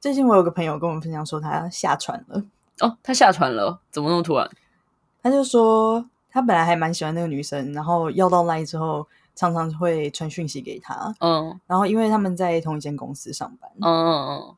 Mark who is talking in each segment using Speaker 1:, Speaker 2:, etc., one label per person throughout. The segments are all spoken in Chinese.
Speaker 1: 最近我有个朋友跟我们分享说，他下船了。
Speaker 2: 哦，他下船了，怎么那么突然？
Speaker 1: 他就说他本来还蛮喜欢那个女生，然后要到 Line 之后，常常会传讯息给她。
Speaker 2: 嗯
Speaker 1: 然后因为他们在同一间公司上班，
Speaker 2: 嗯嗯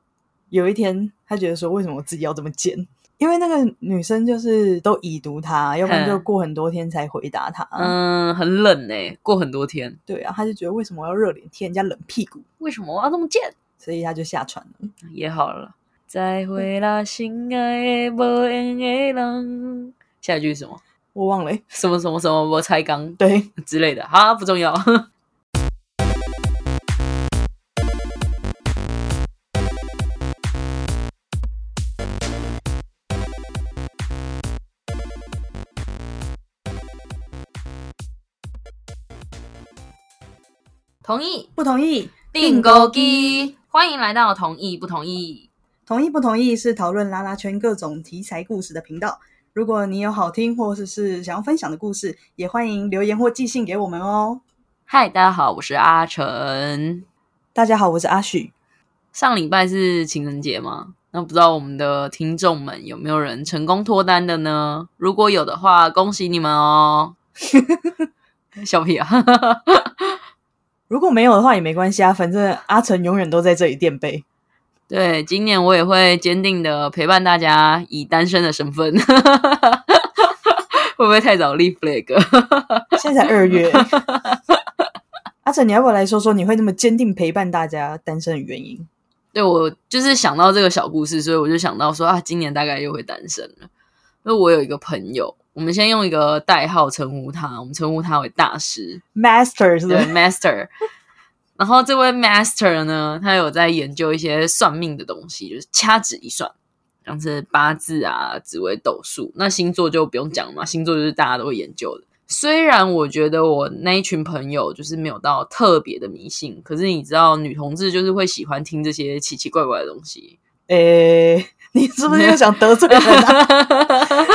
Speaker 1: 有一天他觉得说，为什么我自己要这么贱？因为那个女生就是都已读他，要不然就
Speaker 2: 嗯
Speaker 1: 过很多天才回答他。
Speaker 2: 嗯嗯，很冷呢、过很多天，
Speaker 1: 对啊，他就觉得为什么我要热脸贴人家冷屁股，
Speaker 2: 为什么我要这么贱？嗯
Speaker 1: 所以他就下船了。
Speaker 2: 也好了，再会啦，心爱的无缘的人。下一句是什么？
Speaker 1: 我忘了欸、
Speaker 2: 什么什么什么？我才刚
Speaker 1: 对，
Speaker 2: 之类的，好，不重要。 同意
Speaker 1: 不同意，
Speaker 2: 定钩机，欢迎来到同意不同意。
Speaker 1: 同意不同意是讨论拉拉圈各种题材故事的频道。如果你有好听或者是想要分享的故事，也欢迎留言或寄信给我们哦。
Speaker 2: 嗨，大家好，我是阿成。
Speaker 1: 大家好，我是阿许。
Speaker 2: 上礼拜是情人节嘛？那不知道我们的听众们有没有人成功脱单的呢？如果有的话，恭喜你们哦！小屁啊！
Speaker 1: 如果没有的话也没关系啊，反正阿成永远都在这里垫背。
Speaker 2: 对，今年我也会坚定的陪伴大家，以单身的身份。 会不会太早立 flag？
Speaker 1: 现在才二 月，阿成，你要不要来说说你会那么坚定陪伴大家单身的原因？
Speaker 2: 对我就是想到这个小故事，所以我就想到说啊，今年大概又会单身了。因为我有一个朋友，我们先用一个代号称呼他，我们称呼他为大师。
Speaker 1: Master 是不
Speaker 2: 对
Speaker 1: 是？
Speaker 2: Master。然后这位 Master 呢，他有在研究一些算命的东西，就是掐指一算，像是八字啊、紫微斗数。那星座就不用讲了嘛，星座就是大家都会研究的。虽然我觉得我那一群朋友就是没有到特别的迷信，可是你知道，女同志就是会喜欢听这些奇奇怪怪的东西。
Speaker 1: 诶、 你是不是又想得罪人啊？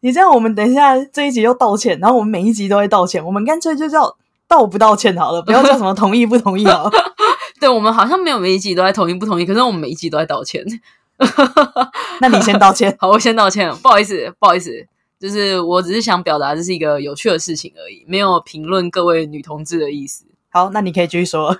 Speaker 1: 你这样，我们等一下这一集又道歉，然后我们每一集都会道歉，我们干脆就叫道不道歉好了，不要叫什么同意不哦同意 好了。
Speaker 2: 对我们好像没有每一集都在同意不同意，可是我们每一集都在道歉。
Speaker 1: 那你先道歉。
Speaker 2: 好，我先道歉，不好意思，不好意思，就是我只是想表达这是一个有趣的事情而已，没有评论各位女同志的意思。
Speaker 1: 好，那你可以继续说。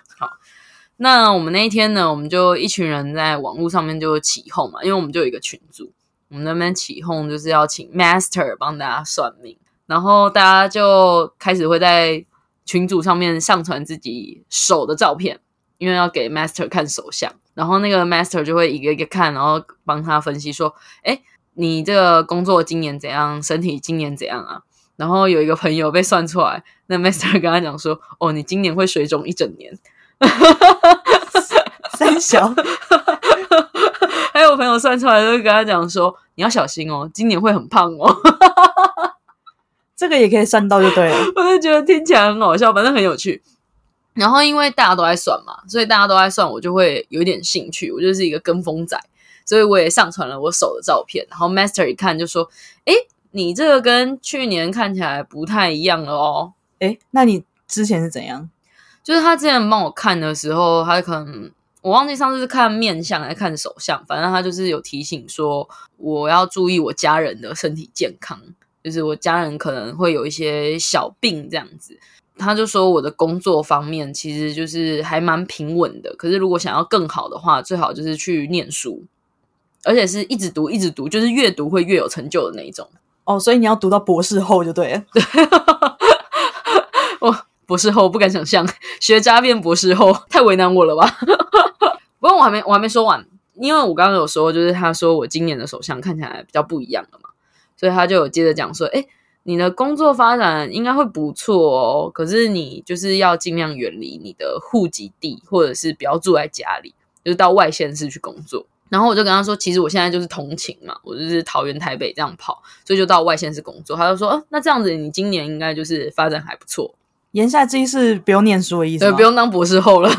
Speaker 2: 那我们那一天呢，我们就一群人在网络上面就起哄嘛，因为我们就有一个群组，我们那边起哄就是要请 master 帮大家算命，然后大家就开始会在群组上面上传自己手的照片，因为要给 master 看手相，然后那个 master 就会一个一个看，然后帮他分析说，哎，你这个工作今年怎样，身体今年怎样啊？然后有一个朋友被算出来，那 master 跟他讲说，哦，你今年会水肿一整年。
Speaker 1: 三小，
Speaker 2: 还有朋友算出来就跟他讲说，你要小心哦，今年会很胖哦。
Speaker 1: 这个也可以算到就对了。
Speaker 2: 我就觉得听起来很好笑，反正很有趣。然后因为大家都在算嘛，所以大家都在算，我就会有一点兴趣，我就是一个跟风仔，所以我也上传了我手的照片。然后 Master 一看就说：“诶，你这个跟去年看起来不太一样了哦。”
Speaker 1: 诶，那你之前是怎样？
Speaker 2: 就是他之前帮我看的时候，他可能我忘记上次是看面相还是看手相，反正他就是有提醒说我要注意我家人的身体健康，就是我家人可能会有一些小病这样子。他就说我的工作方面其实就是还蛮平稳的，可是如果想要更好的话，最好就是去念书，而且是一直读一直读，就是越读会越有成就的那一种。
Speaker 1: 哦，所以你要读到博士后就对了。
Speaker 2: 我博士后不敢想象， 学渣变博士后， 太为难我了吧？ 不过我还没我还没说完，因为我刚刚有说，就是他说我今年的手相看起来比较不一样了嘛，所以他就有接着讲说，哎，你的工作发展应该会不错哦，可是你就是要尽量远离你的户籍地，或者是不要住在家里，就是到外县市去工作。然后我就跟他说，其实我现在就是通勤嘛，我就是桃园、台北这样跑，所以就到外县市工作。他就说，啊那这样子你今年应该就是发展还不错。
Speaker 1: 言下之意是不用念书的意思
Speaker 2: 对，
Speaker 1: 吗？
Speaker 2: 不用当博士后了。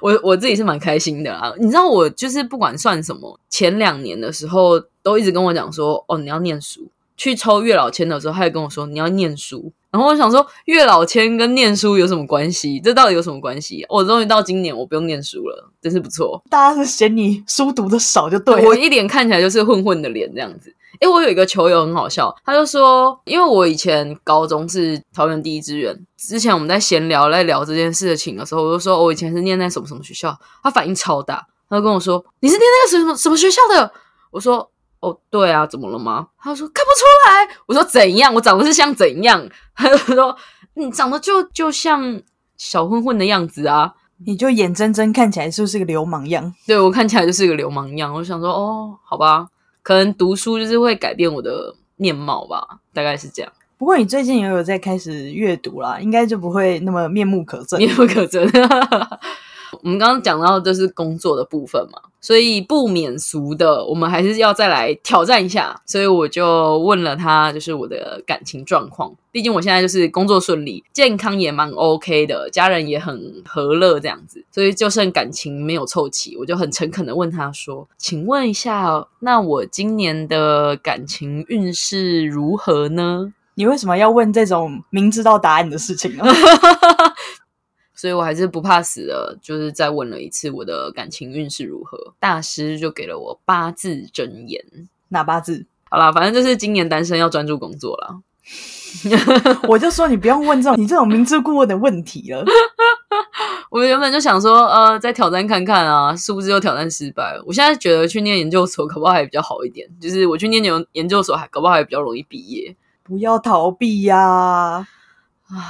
Speaker 2: 我我自己是蛮开心的啊，你知道我就是不管算什么，前两年的时候都一直跟我讲说，哦，你要念书。去抽月老签的时候，他也跟我说你要念书。然后我想说，月老签跟念书有什么关系？这到底有什么关系？我终于到今年，我不用念书了，真是不错。
Speaker 1: 大家是嫌你书读的少 就 对
Speaker 2: 我
Speaker 1: 了。
Speaker 2: 一脸看起来就是混混的脸这样子。诶，我有一个球友很好笑，他就说，因为我以前高中是桃园第一志愿，之前我们在闲聊在聊这件事情的时候，我就说、哦我以前是念在什么什么学校，他反应超大，他就跟我说你是念那个什么什么学校的？我说哦，对啊，怎么了吗？他说看不出来。我说怎样？我长得是像怎样？他就说你长得就就像小混混的样子啊。
Speaker 1: 你就眼睁睁看起来是不是个流氓样？
Speaker 2: 对我看起来就是一个流氓一样。我就想说，哦，好吧，可能读书就是会改变我的面貌吧，大概是这样，
Speaker 1: 不过你最近也有在开始阅读啦，应该就不会那么面目可
Speaker 2: 面
Speaker 1: 憎。
Speaker 2: 不可憎。我们刚刚讲到就是工作的部分嘛，所以不免俗的，我们还是要再来挑战一下。所以我就问了他，就是我的感情状况。毕竟我现在就是工作顺利，健康也蛮 OK 的，家人也很和乐这样子，所以就剩感情没有凑齐，我就很诚恳的问他说：“请问一下，那我今年的感情运势如何呢？”
Speaker 1: 你为什么要问这种明知道答案的事情呢？
Speaker 2: 所以我还是不怕死的，就是再问了一次我的感情运势如何。大师就给了我八字真言。
Speaker 1: 哪八字？
Speaker 2: 好啦，反正就是今年单身要专注工作啦。
Speaker 1: 我就说你不用问这种你这种明知故问的问题了。
Speaker 2: 我原本就想说，呃，再挑战看看啊，殊不知又挑战失败了。我现在觉得去念研究所搞不好还比较好一点，就是我去念研研究所还搞不好还比较容易毕业
Speaker 1: 不要逃避呀、
Speaker 2: 啊。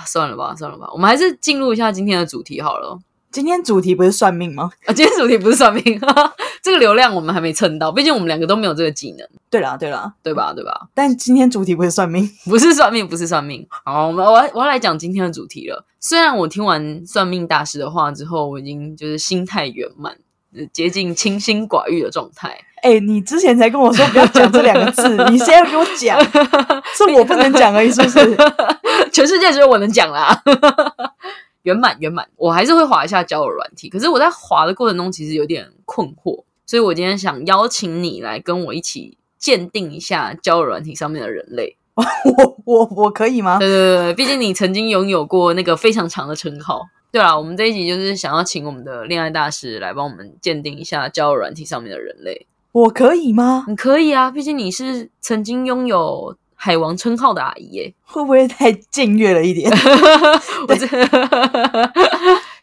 Speaker 2: 算了吧，算了吧，我们还是进入一下今天的主题好了。
Speaker 1: 今天主题不是算命吗？
Speaker 2: 啊，今天主题不是算命， 这个流量我们还没蹭到，毕竟我们两个都没有这个技能，
Speaker 1: 对啦，对啦，
Speaker 2: 对吧？对吧？
Speaker 1: 但今天主题不是算命，
Speaker 2: 不是算命，不是算命。好，我们我要我要来讲今天的主题了。虽然我听完算命大师的话之后，我已经就是心态圆满，呃接近清心寡欲的状态。
Speaker 1: 哎、你之前才跟我说不要讲这两个字，你现在给我讲，是我不能讲而已，是不是？
Speaker 2: 全世界只有我能讲啦。 圆满圆满，我还是会划一下交友软体，可是我在划的过程中其实有点困惑，所以我今天想邀请你来跟我一起鉴定一下交友软体上面的人类。
Speaker 1: 我我我可以吗？
Speaker 2: 对对对对，毕竟你曾经拥有过那个非常长的称号。对啦，我们这一集就是想要请我们的恋爱大师来帮我们鉴定一下交友软体上面的人类。
Speaker 1: 我可以吗？
Speaker 2: 你可以啊，毕竟你是曾经拥有海王称号的阿姨 耶。
Speaker 1: 会不会太僭越了一点？
Speaker 2: 我这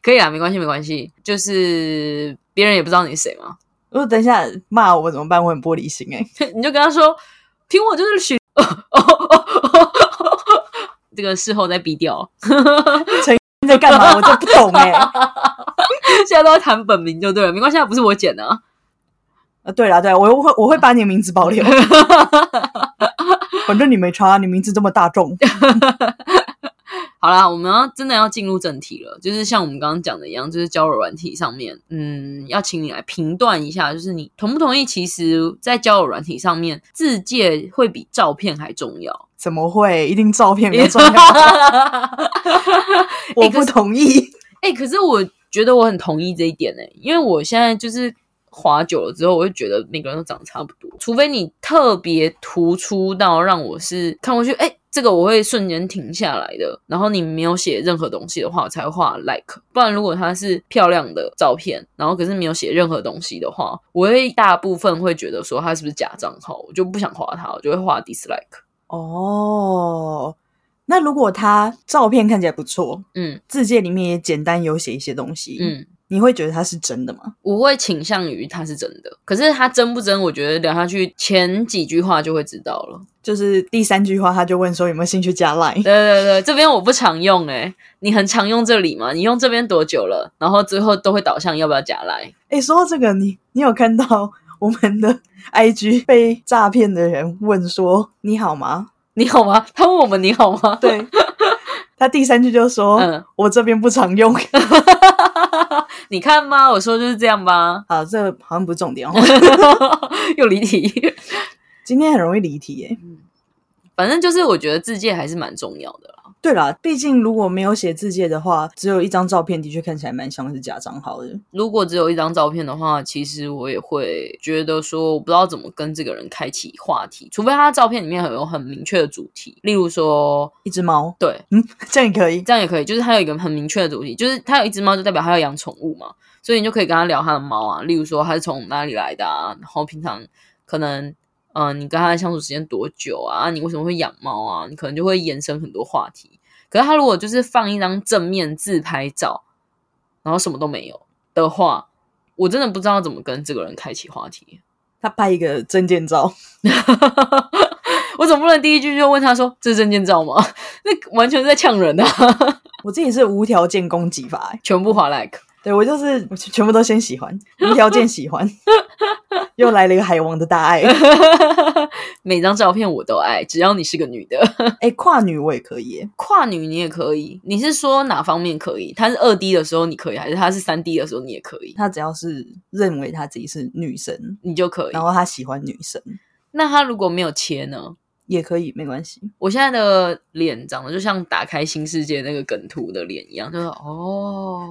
Speaker 2: 可以啊，没关系没关系，就是别人也不知道你是谁嘛，
Speaker 1: 如果等一下骂我怎么办？我很玻璃心哎、
Speaker 2: 你就跟他说，凭我就是许， 这个事后再逼掉，
Speaker 1: 你 在干嘛？我就不懂哎、
Speaker 2: 现在都在谈本名就对了，没关系啊，不是我剪的、啊。
Speaker 1: 呃，对啦，对啦，我会我会把你的名字保留，反正你没啊差，你名字这么大众。
Speaker 2: 好啦，我们要真的要进入正题了，就是像我们刚刚讲的一样，就是交友软体上面，嗯，要请你来评断一下，就是你同不同意，其实在交友软体上面，字界会比照片还重要。
Speaker 1: 怎么会？一定照片比较重 要。我不同意。
Speaker 2: 哎、可是我觉得我很同意这一点呢、欸因为我现在就是滑久了之后，我就觉得每个人都长得差不多，除非你特别突出到让我是看过去，哎、这个我会瞬间停下来的。然后你没有写任何东西的话，我才会画 like。不然如果它是漂亮的照片，然后可是没有写任何东西的话，我会大部分会觉得说它是不是假账号，我就不想划它，我就会画 dislike。
Speaker 1: 哦，那如果他照片看起来不错，
Speaker 2: 嗯
Speaker 1: 字界里面也简单有写一些东西，，
Speaker 2: 嗯。
Speaker 1: 你会觉得他是真的吗？
Speaker 2: 我会倾向于它是真的，可是它真不真，我觉得聊下去前几句话就会知道了。
Speaker 1: 就是第三句话，他就问说有没有兴趣加 line？
Speaker 2: 对对对，这边我不常用诶、你很常用这里吗？你用这边多久了？然后最后都会导向要不要加来。
Speaker 1: 哎，说到这个，你你有看到我们的 IG 被诈骗的人问说你好吗？
Speaker 2: 你好吗？他问我们你好吗？，
Speaker 1: 对， 他第三句就说、
Speaker 2: 嗯
Speaker 1: 我这边不常用。，
Speaker 2: 你看吗？我说就是这样吧
Speaker 1: 啊，这好像不是重点哦，
Speaker 2: 又离题。
Speaker 1: 今天很容易离题耶。
Speaker 2: 反正就是我觉得自介还是蛮重要的啦。
Speaker 1: 对啦，毕竟如果没有写字界的话，只有一张照片，的确看起来蛮像是假账号的。
Speaker 2: 如果只有一张照片的话，其实我也会觉得说，我不知道怎么跟这个人开启话题，除非他的照片里面有很明确的主题，例如说，
Speaker 1: 一只猫，
Speaker 2: 对，
Speaker 1: 嗯，这样也可以。
Speaker 2: 这样也可以，就是他有一个很明确的主题，就是他有一只猫，就代表他要养宠物嘛，所以你就可以跟他聊他的猫啊，例如说他是从哪里来的啊，然后平常可能。嗯、你跟他相处时间多久啊？你为什么会养猫啊？你可能就会延伸很多话题。可是他如果就是放一张正面自拍照，然后什么都没有的话，我真的不知道怎么跟这个人开启话题。
Speaker 1: 他拍一个证件照，
Speaker 2: 我总不能第一句就问他说：“这是证件照吗？” 那完全是在呛人啊！
Speaker 1: 我自己是无条件攻击法、欸。
Speaker 2: 全部划 like，
Speaker 1: 对我就是我全部都先喜欢，无条件喜欢。 又来了一个海王的大爱，哎、
Speaker 2: 每张照片我都爱，只要你是个女的，
Speaker 1: 跨女我也可以、欸。
Speaker 2: 跨女你也可以。你是说哪方面可以？她是二 D 的时候你可以，还是她是三 D 的时候你也可以？
Speaker 1: 他只要是认为他自己是女神，
Speaker 2: 你就可以
Speaker 1: 然。后他喜欢女神
Speaker 2: 那她如果没有切呢？
Speaker 1: 也可以，没关系。
Speaker 2: 我现在的脸长得就像打开新世界那个梗图的脸一样，就是哦，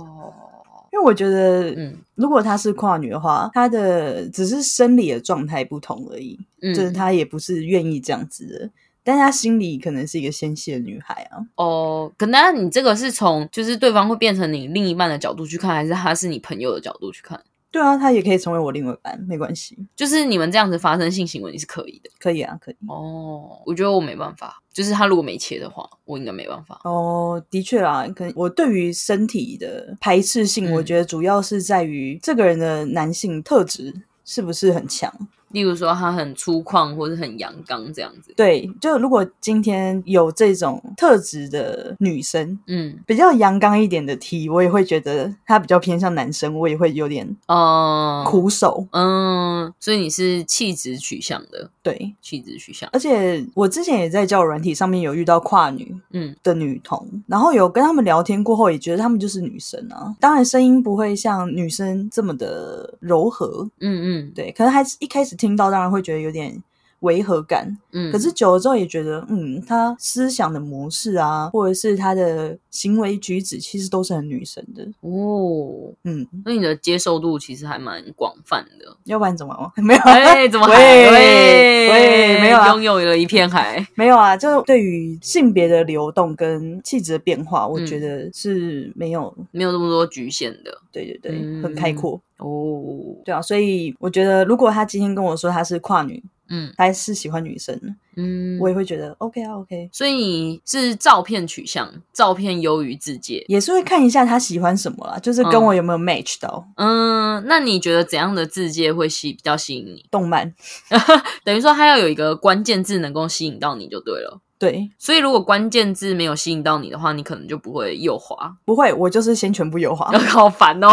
Speaker 1: 因为我觉得，
Speaker 2: 嗯
Speaker 1: 如果她是跨女的话，她的只是生理的状态不同而已，
Speaker 2: 嗯，
Speaker 1: 就是她也不是愿意这样子的，但是她心里可能是一个纤细的女孩啊。
Speaker 2: 哦，可能你这个是从就是对方会变成你另一半的角度去看，还是他是你朋友的角度去看？
Speaker 1: 对啊，她也可以成为我另外一半，没关系，
Speaker 2: 就是你们这样子发生性行为你是可以的。
Speaker 1: 可以啊，可以。
Speaker 2: 哦，我觉得我没办法，就是他如果没切的话，我应该没办法。
Speaker 1: 哦，的确啦，可能我对于身体的排斥性，
Speaker 2: 嗯
Speaker 1: 我觉得主要是在于这个人的男性特质是不是很强。
Speaker 2: 例如说他很粗犷或是很阳刚这样子。
Speaker 1: 对，就如果今天有这种特质的女生，
Speaker 2: 嗯，
Speaker 1: 比较阳刚一点的 T，我也会觉得她比较偏向男生，我也会有点
Speaker 2: 哦、
Speaker 1: 苦手。
Speaker 2: 嗯，所以你是气质取向的，
Speaker 1: 对，
Speaker 2: 气质取向。
Speaker 1: 而且我之前也在交友软体上面有遇到跨女
Speaker 2: 嗯
Speaker 1: 的女同，然后有跟她们聊天过后，也觉得她们就是女生啊。当然，声音不会像女生这么的柔和，
Speaker 2: 嗯嗯
Speaker 1: 对，可能还是一开始听到，当然会觉得有点违和感，
Speaker 2: 嗯。
Speaker 1: 可是久了之后也觉得，嗯，她思想的模式啊，或者是她的行为举止，其实都是很女生的。
Speaker 2: 哦，
Speaker 1: 嗯，
Speaker 2: 那你的接受度其其实还蛮广泛的。
Speaker 1: 要不然怎么 玩？没有啊，
Speaker 2: 哎，怎么还
Speaker 1: 喂
Speaker 2: 喂
Speaker 1: 喂没有啊
Speaker 2: 拥有了一片海。
Speaker 1: 没有啊，就是对于性别的流动跟气质的变化，我觉
Speaker 2: 嗯
Speaker 1: 得是没有，
Speaker 2: 没有这么多局限的
Speaker 1: 对对对，
Speaker 2: 嗯
Speaker 1: 很开阔。
Speaker 2: 哦。
Speaker 1: 对啊，所以我觉得，如果她今天跟我说她是跨女，
Speaker 2: 嗯
Speaker 1: 她是喜欢女生，
Speaker 2: 嗯，
Speaker 1: 我也会觉得 OK 啊，OK，
Speaker 2: 所以你是照片取向，照片优于字界。
Speaker 1: 也是会看一下她喜欢什么啦，就是跟
Speaker 2: 嗯
Speaker 1: 我有没有 match 到。
Speaker 2: 嗯，那你觉得怎样的字界会吸比较吸引你？
Speaker 1: 动漫，
Speaker 2: 等于说它要有一个关键字能够吸引到你就对了。
Speaker 1: 对，
Speaker 2: 所以如果关键字没有吸引到你的话，你可能就不会右滑，
Speaker 1: 不会，我就是先全部优化。
Speaker 2: 好烦哦。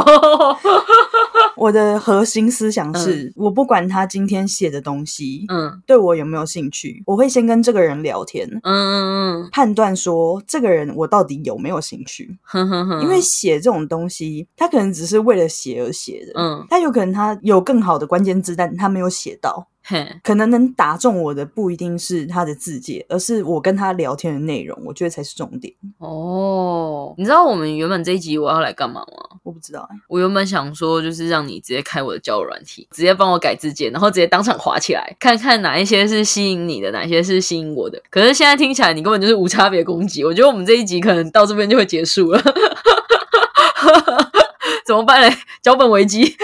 Speaker 1: 我的核心思想是，我不管他今天写的东西、
Speaker 2: 嗯
Speaker 1: 对我有没有兴趣，我会先跟这个人聊天
Speaker 2: 嗯。嗯嗯，
Speaker 1: 判断说这个人我到底有没有兴趣，
Speaker 2: 哼哼哼，
Speaker 1: 因为写这种东西，他可能只是为了写而写的，
Speaker 2: 嗯
Speaker 1: 他有可能他有更好的关键字，但他没有写到，
Speaker 2: 嘿
Speaker 1: 可能能打中我的不一定是他的字界，而是我跟他聊天的内容，我觉得才是重点。
Speaker 2: 哦，你知道我们原本这一集我要来干嘛吗？
Speaker 1: 我不知道、欸，
Speaker 2: 我原本想说，就是让你直接开我的交友软体，直接帮我改字界，然后直接当场划起来，看看哪一些是吸引你的，哪一些是吸引我的。可是现在听起来，你根本就是无差别攻击。我觉得我们这一集可能到这边就会结束了， 怎么办嘞？脚本危机，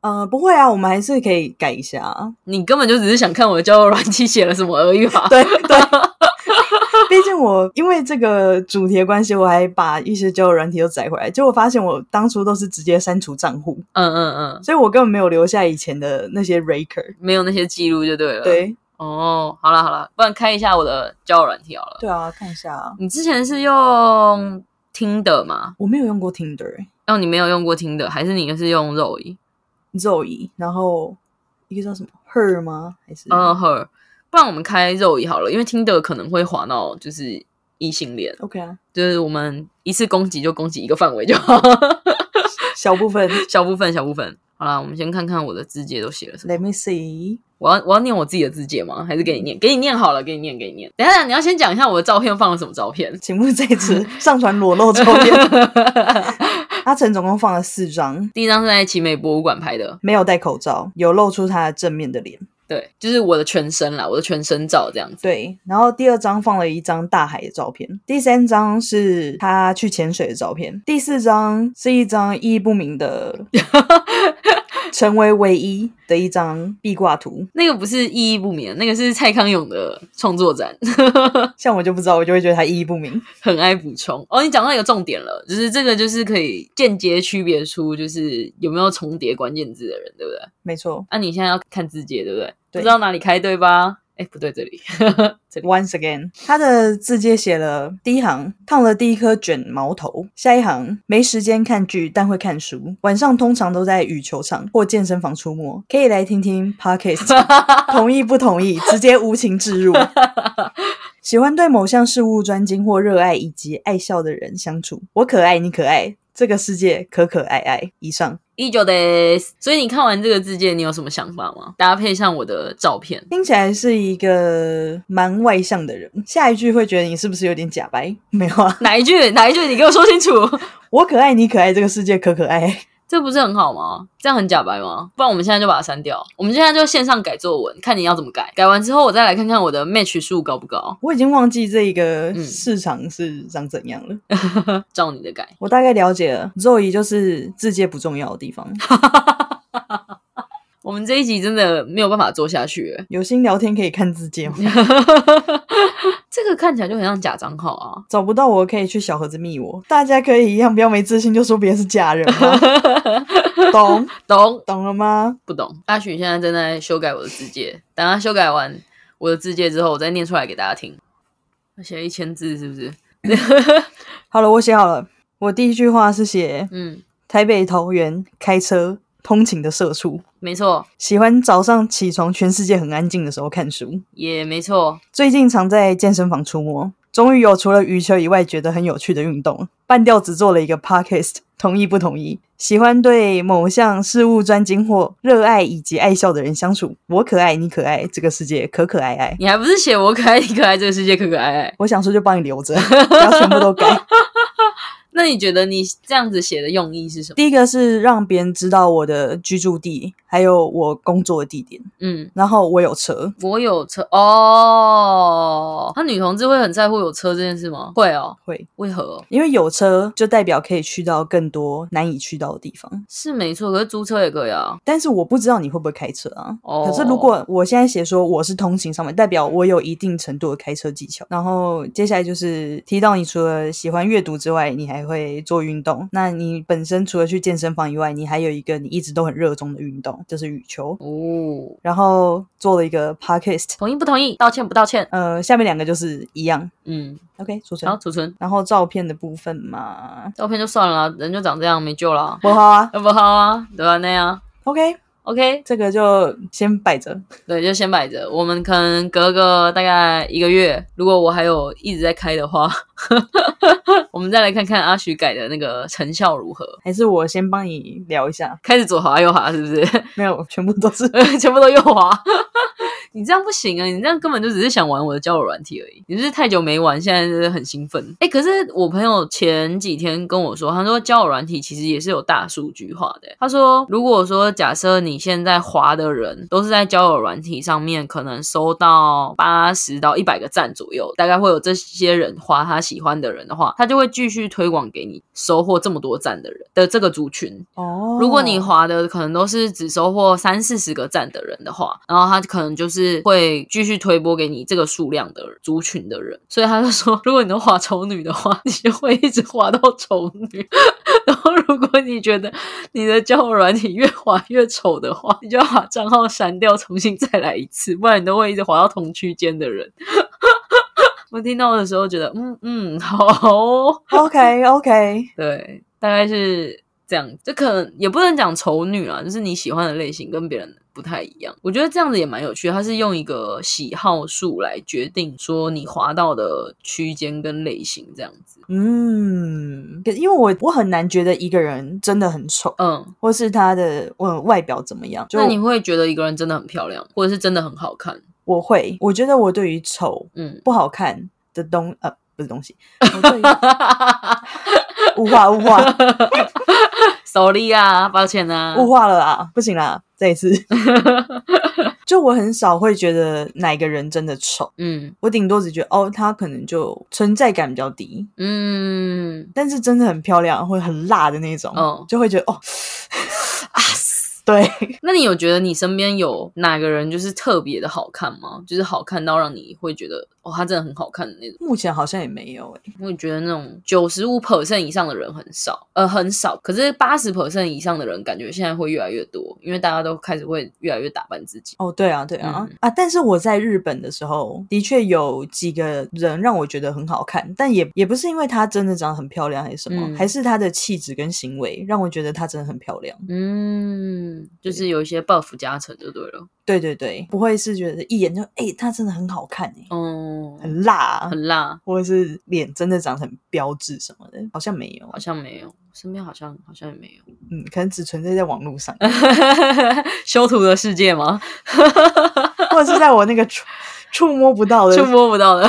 Speaker 1: 呃，不会啊，我们还是可以改一下啊，
Speaker 2: 你根本就只是想看我的交友软体写了什么而已吧？
Speaker 1: 对对。毕竟我因为这个主题的关系，我还把一些交友软体都载回来，结果发现我当初都是直接删除账户，
Speaker 2: 嗯嗯嗯，
Speaker 1: 所以我根本没有留下以前的那些 raker。
Speaker 2: 没有那些记录就对了。，
Speaker 1: 对
Speaker 2: 哦，好了好了，不然开一下我的交友软体好了。
Speaker 1: 对啊，看一下啊，
Speaker 2: 你之前是用听的吗？
Speaker 1: 我没有用过 Tinder，、欸、
Speaker 2: 哦，你没有用过听的，还是你是用肉仪？
Speaker 1: Zoe，然后一个叫什么 Her 吗？还是
Speaker 2: 呃呵，不然我们开肉仪好了，因为听的可能会滑到就是异性恋，
Speaker 1: OK 啊，
Speaker 2: 就是我们一次攻击就攻击一个范围就好，
Speaker 1: 小部分
Speaker 2: 小部分小部分。好啦，我们先看看我的字节都写了什么。
Speaker 1: Let me see，。
Speaker 2: 我要我要念我自己的字节吗？还是给你念？给你念好了，给你念，给你念。等一下，你要先讲一下我的照片放了什么照片
Speaker 1: 请勿在此上传裸露照片。 阿成总共放了四张，
Speaker 2: 第一张是在奇美博物馆拍的，
Speaker 1: 没有戴口罩，有露出他的正面的脸。
Speaker 2: 对，就是我的全身啦，我的全身照这样子。
Speaker 1: 对，然后第二张放了一张大海的照片，第三张是他去潜水的照片，第四张是一张意义不明的成为唯一的一张壁挂图。
Speaker 2: 那个不是意义不明，那个是蔡康永的创作展，
Speaker 1: 像我就不知道，我就会觉得它意义不明。
Speaker 2: 很爱补充。哦，你讲到一个重点了，就是这个就是可以间接区别出就是有没有重叠关键字的人，对不对？
Speaker 1: 没错
Speaker 2: 那、你现在要看字节，对不对？
Speaker 1: 对
Speaker 2: 不知道哪里开对吧？哎，不对，这 里，这里。
Speaker 1: ，Once again，他的字界写了第一行烫了第一颗卷毛头，下一行没时间看剧，但会看书，晚上通常都在羽球场或健身房出没，可以来听听 Podcast。同意不同意，直接无情置入。喜欢对某项事物专精或热爱以及爱笑的人相处。我可爱，你可爱，这个世界可可爱爱。以上
Speaker 2: 依旧的，所以你看完这个字界，你有什么想法吗？搭配上我的照片，
Speaker 1: 听起来是一个蛮外向的人。下一句会觉得你是不是有点假白？没有啊，
Speaker 2: 哪一句？哪一句？你给我说清 楚，
Speaker 1: 我可爱，你可爱，这个世界可可爱爱。
Speaker 2: 这不是很好吗？这样很假白吗？不然我们现在就把它删掉，我们现在就线上改作文，看你要怎么改。改完之后，我再来看看我的 match 数高不高，
Speaker 1: 我已经忘记这个
Speaker 2: 嗯
Speaker 1: 市场是长怎样了。
Speaker 2: 照你的改。
Speaker 1: 我大概了解了，Zoe 就是字界不重要的地方。
Speaker 2: 我们这一集真的没有办法做下去了，
Speaker 1: 有心聊天可以看字界吗？
Speaker 2: 嗯 这个看起来就很像假账号啊。
Speaker 1: 找不到我可以去小盒子密我，大家可以一样，不要没自信就说别人是假人吗？懂
Speaker 2: 懂
Speaker 1: 懂了吗？
Speaker 2: 不懂？阿许现在正在修改我的字界，等他修改完我的字界之后，我再念出来给大家听。他写了一千字，是不是？
Speaker 1: 好了，我写好了。我第一句话是写
Speaker 2: 嗯，
Speaker 1: 台北桃园开车通勤的社畜，
Speaker 2: 没错，
Speaker 1: 喜欢早上起床全世界很安静的时候看书，
Speaker 2: 也没错。
Speaker 1: 最近常在健身房出没。终于有除了羽球以外觉得很有趣的运动。半吊子做了一个 podcast，同意不同意？喜欢对某项事物专精或热爱以及爱笑的人相处。我可爱，你可爱，这个世界可可爱爱。
Speaker 2: 你还不是写我可爱，你可爱，这个世界可可爱爱。
Speaker 1: 我想说就帮你留着，不要全部都改。
Speaker 2: 那你觉得你这样子写的用意是什么？
Speaker 1: 第一个是让别人知道我的居住地，还有我工作的地点，
Speaker 2: 嗯，
Speaker 1: 然后我有车。
Speaker 2: 我有车哦。那女同志会很在乎有车这件事吗？会哦，
Speaker 1: 会，
Speaker 2: 为何哦？
Speaker 1: 因为有车就代表可以去到更多难以去到的地方。
Speaker 2: 是没错，可是租车也可以啊。
Speaker 1: 但是我不知道你会不会开车啊。
Speaker 2: 哦
Speaker 1: 可是如果我现在写说我是通勤上班，代表我有一定程度的开车技巧。然后接下来就是提到你除了喜欢阅读之外，你还会做运动。那你本身除了去健身房以外，你还有一个你一直都很热衷的运动，就是羽球。
Speaker 2: 哦，
Speaker 1: 然后做了一个 podcast，
Speaker 2: 同意不同意？道歉不道歉？
Speaker 1: 呃，下面两个就是一样。
Speaker 2: 嗯，
Speaker 1: OK，储存。
Speaker 2: 然后储存
Speaker 1: 然后照片的部分嘛，
Speaker 2: 照片就算了啊，人就长这样，没救了啊。
Speaker 1: 不好啊。
Speaker 2: 要不好啊，对吧、那样
Speaker 1: OK，
Speaker 2: OK，
Speaker 1: 这个就先摆着。
Speaker 2: 对，就先摆着。我们可能隔个大概一个月，如果我还有一直在开的话， 我们再来看看阿许改的那个成效如何。
Speaker 1: 还是我先帮你聊一下，
Speaker 2: 开始左滑右滑，是不是？
Speaker 1: 没有，全部都是
Speaker 2: 全部都右滑。你这样不行啊！你这样根本就只是想玩我的交友软体而已。你是不是太久没玩，现在就是很兴奋。哎、可是我朋友前几天跟我说，他说交友软体其实也是有大数据化的、他说，如果说假设你现在滑的人都是在交友软体上面，可能收到八十到一百个赞左右，大概会有这些人滑他喜欢的人的话，他就会继续推广给你收获这么多赞的人的这个族群。
Speaker 1: 哦。
Speaker 2: 如果你划的可能都是只收获三四十个赞的人的话，然后他可能就是会继续推播给你这个数量的族群的人，所以他就说， 如果你都划丑女的话，你就会一直划到丑女。 然后如果你觉得你的交友软体越划越丑的话，你就要把账号删掉，重新再来一次， 不然你都会一直划到同区间的人。 我听到的时候觉得，嗯嗯，好哦、
Speaker 1: OK OK，
Speaker 2: 对，大概是这样，这可能也不能讲丑女啊，就是你喜欢的类型跟别人不太一样。我觉得这样子也蛮有趣的，它是用一个喜好数来决定说你滑到的区间跟类型这样子。
Speaker 1: 嗯，可因为我我很难觉得一个人真的很丑，
Speaker 2: 嗯，
Speaker 1: 或是他的嗯外表怎么样。就
Speaker 2: 那你会觉得一个人真的很漂亮，或者是真的很好看？
Speaker 1: 我会，我觉得我对于丑
Speaker 2: 嗯，
Speaker 1: 不好看的东呃不是东西，我对于物化物化
Speaker 2: sorry 啊，抱歉啊，
Speaker 1: 物化了啦，不行啦，这一次。 就我很少会觉得哪个人真的丑，
Speaker 2: 嗯
Speaker 1: 我顶多只觉得哦，他可能就存在感比较低，
Speaker 2: 嗯，
Speaker 1: 但是真的很漂亮，会很辣的那种，
Speaker 2: 哦
Speaker 1: 就会觉得哦，啊， 啊对，
Speaker 2: 那你有觉得你身边有哪个人就是特别的好看吗？就是好看到让你会觉得哦，他真的很好看的那种。
Speaker 1: 目前好像也没有、欸、
Speaker 2: 我也觉得那种九十五 percent 以上的人很少，呃，很少。可是八十 percent 以上的人，感觉现在会越来越多，因为大家都开始会越来越打扮自己。
Speaker 1: 哦，对啊，对啊、
Speaker 2: 嗯
Speaker 1: 啊！但是我在日本的时候，的确有几个人让我觉得很好看，但也也不是因为她真的长得很漂亮还是什么，
Speaker 2: 嗯
Speaker 1: 还是她的气质跟行为让我觉得她真的很漂亮。
Speaker 2: 嗯，就是有一些 buff 加成就对了。
Speaker 1: 对对对，不会是觉得一眼就哎、她真的很好看哎、
Speaker 2: 哦，
Speaker 1: 很辣、啊，
Speaker 2: 很辣，
Speaker 1: 或者是脸真的长得很标致什么的，好像没有啊
Speaker 2: 好，像没有，身边好像好像也没有。
Speaker 1: 嗯，可能只存在在网络上，
Speaker 2: 修图的世界吗？
Speaker 1: 或者是在我那个触触摸不到的
Speaker 2: 触摸不到 的。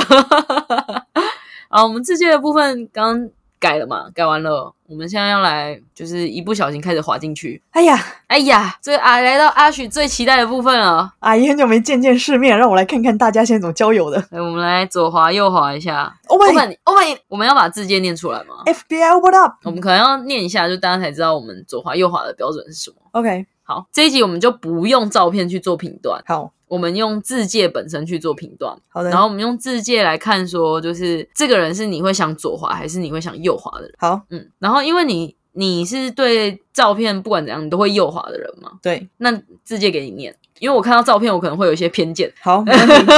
Speaker 2: 啊，我们自界的部分刚改了嘛，改完了，我们现在要来就是一不小心开始滑进去。
Speaker 1: 哎呀，
Speaker 2: 哎呀，这啊来到阿许最期待的部分了，
Speaker 1: 阿姨很久没见见世面，让我来看看大家现在怎么交友的。
Speaker 2: 来哎我们来左滑右滑一下。
Speaker 1: Oh my
Speaker 2: open open，我们要把字界念出来吗？
Speaker 1: FBI what up？
Speaker 2: 我们可能要念一下，就大家才知道我们左滑右滑的标准是什么。
Speaker 1: OK，
Speaker 2: 好，这一集我们就不用照片去做评断，
Speaker 1: 好
Speaker 2: 我们用字界本身去做评断。
Speaker 1: 好的，
Speaker 2: 然后我们用字界来看，说就是这个人是你会想左滑还是你会想右滑的人。
Speaker 1: 好
Speaker 2: 嗯，然后因为你你是对照片不管怎样你都会右滑的人嘛，
Speaker 1: 对
Speaker 2: 那字界给你念，因为我看到照片我可能会有一些偏见，
Speaker 1: 好，没 问题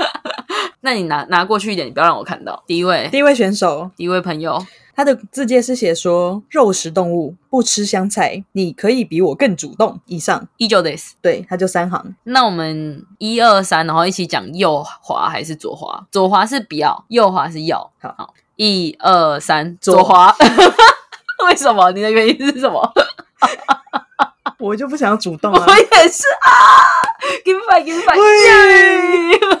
Speaker 2: 那你拿拿过去一点，你不要让我看到。第一位，
Speaker 1: 第一位选手，
Speaker 2: 第一位朋友，
Speaker 1: 他的字界是写说肉食动物不吃香菜，你可以比我更主动。以上，
Speaker 2: 依旧 this。
Speaker 1: 对，他就三行。
Speaker 2: 那我们一二三，然后一起讲右滑还是左滑？左滑是不要，右滑是要。
Speaker 1: 好
Speaker 2: 一二三，
Speaker 1: 左
Speaker 2: 左滑。 为什么？你的原因是什么？
Speaker 1: 我就不想要主动啊
Speaker 2: 我，也是啊，give me back，give me back，
Speaker 1: 喂
Speaker 2: 耶！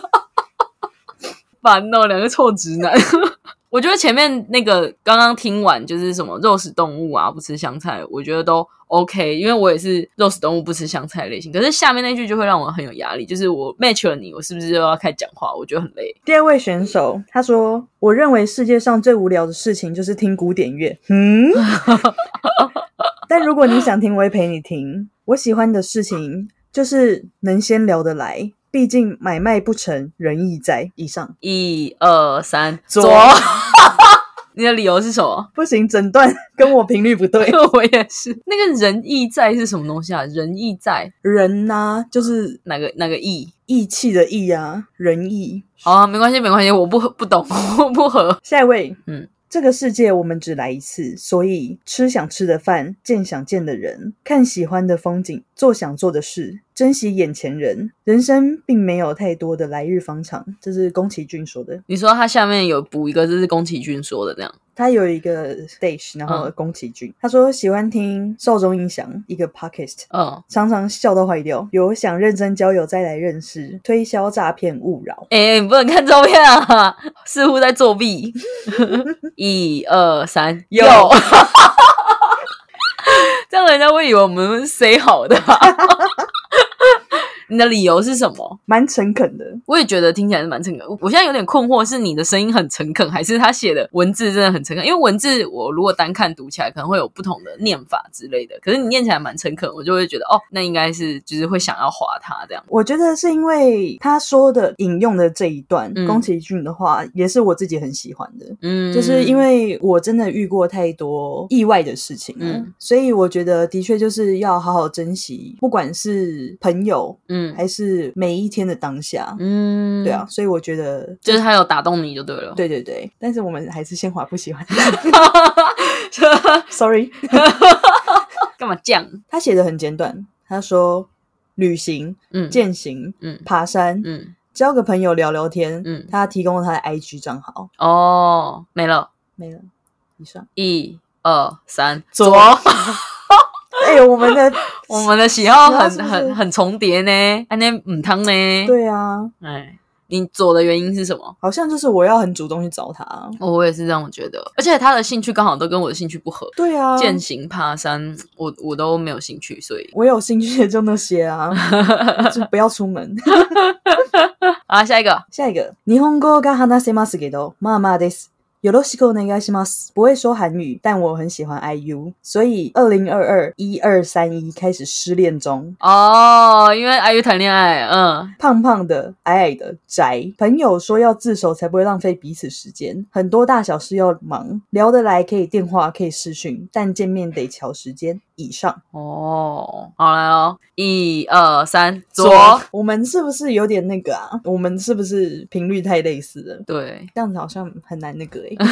Speaker 2: 烦哦，两个臭直男。 我觉得前面那个刚刚听完就是什么肉食动物啊，不吃香菜，我觉得都 OK，因为我也是肉食动物不吃香菜类型。可是下面那句就会让我很有压力，就是我 match 了你，我是不是又要开始讲话？我觉得很累。
Speaker 1: 第二位选手，他说：“我认为世界上最无聊的事情就是听古典乐。” 嗯，但如果你想听，我会陪你听。我喜欢的事情就是能先聊得来，毕竟买卖不成仁义在。以上
Speaker 2: 一二三，
Speaker 1: 左
Speaker 2: 你的理由是什么？
Speaker 1: 不行，诊断 跟我频率不对。
Speaker 2: 我也是。那个仁义在是什么东西啊？仁义在
Speaker 1: 人呐、就是
Speaker 2: 哪个哪个义？
Speaker 1: 义气的义啊，仁义。
Speaker 2: 好、啊，没关系，没关系，我不不懂， 我不合。
Speaker 1: 下一位，
Speaker 2: 嗯，
Speaker 1: 这个世界我们只来一次，所以吃想吃的饭，见想见的人，看喜欢的风景，做想做的事，珍惜眼前人。人生并没有太多的来日方长，这是宫崎骏说的。
Speaker 2: 你说他下面有补一个，这是宫崎骏说的那样。
Speaker 1: 他有一个 stage，然后
Speaker 2: 嗯
Speaker 1: 宫崎骏、他说喜欢听少中音响一个 podcast，
Speaker 2: 嗯，
Speaker 1: 常常笑到坏掉。有想认真交友再来认识，推销诈骗勿扰。
Speaker 2: 哎、你不能看照片啊，似乎在作弊。 一二三，
Speaker 1: 有
Speaker 2: 有。这样人家会以为我们 say 好的啊、 你的理由是什么？
Speaker 1: 蛮诚恳的，
Speaker 2: 我也觉得听起来是蛮诚恳。我我现在有点困惑，是你的声音很诚恳，还是他写的文字真的很诚恳？因为文字我如果单看读起来，可能会有不同的念法之类的。可是你念起来蛮诚恳，我就会觉得哦，那应该是就是会想要划他这样。
Speaker 1: 我觉得是因为他说的引用的这一段，
Speaker 2: 嗯
Speaker 1: 宫崎骏的话也是我自己很喜欢的，
Speaker 2: 嗯，
Speaker 1: 就是因为我真的遇过太多意外的事情了，
Speaker 2: 嗯
Speaker 1: 所以我觉得的确就是要好好珍惜，不管是朋友
Speaker 2: 嗯
Speaker 1: 还是每一天的当下，
Speaker 2: 嗯，
Speaker 1: 对啊，，所以我觉得
Speaker 2: 就是他有打动你就对了。
Speaker 1: 对对对，但是我们还是先华不喜欢， Sorry，
Speaker 2: 干嘛这样？
Speaker 1: 他写的很简短，他说旅行、
Speaker 2: 嗯
Speaker 1: 践行、
Speaker 2: 嗯
Speaker 1: 爬山、
Speaker 2: 嗯
Speaker 1: 交个朋友聊聊天。
Speaker 2: 嗯，
Speaker 1: 他提供了他的 IG 账号，
Speaker 2: 哦，没了，
Speaker 1: 没了。以 上，
Speaker 2: 一二三，
Speaker 1: 左
Speaker 2: 左。
Speaker 1: 哎、我们的，
Speaker 2: 我们的喜好
Speaker 1: 是
Speaker 2: 很
Speaker 1: 啊是不是
Speaker 2: 很很重叠呢，安尼唔通呢？，
Speaker 1: 对啊，
Speaker 2: 哎，你左的原因是什么？
Speaker 1: 好像就是我要很主动去找他。啊
Speaker 2: 哦我也是这样觉得，而且他的兴趣刚好都跟我的兴趣不合，
Speaker 1: 对啊，
Speaker 2: 健行、爬山，我我都没有兴趣，所以
Speaker 1: 我有兴趣的就那些啊，就不要出门。
Speaker 2: 啊，下一个
Speaker 1: 下一个，日本語が話せますけど、まあまあです。よろしくお願いします。不会说韩语，但我很喜欢 IU，所以二零二二一二三一开始失恋中。
Speaker 2: 哦，因为阿 U 谈恋爱，嗯，
Speaker 1: 胖胖的、矮矮的、宅，朋友说要自首才不会浪费彼此时间，很多大小事要忙，聊得来可以电话可以视讯，但见面得瞧时间。以上
Speaker 2: 哦，好来哦，一二三，左，
Speaker 1: 我们是不是有点那个啊？我们是不是频率太类似了？
Speaker 2: 对，
Speaker 1: 这样子好像很难那个欸诶、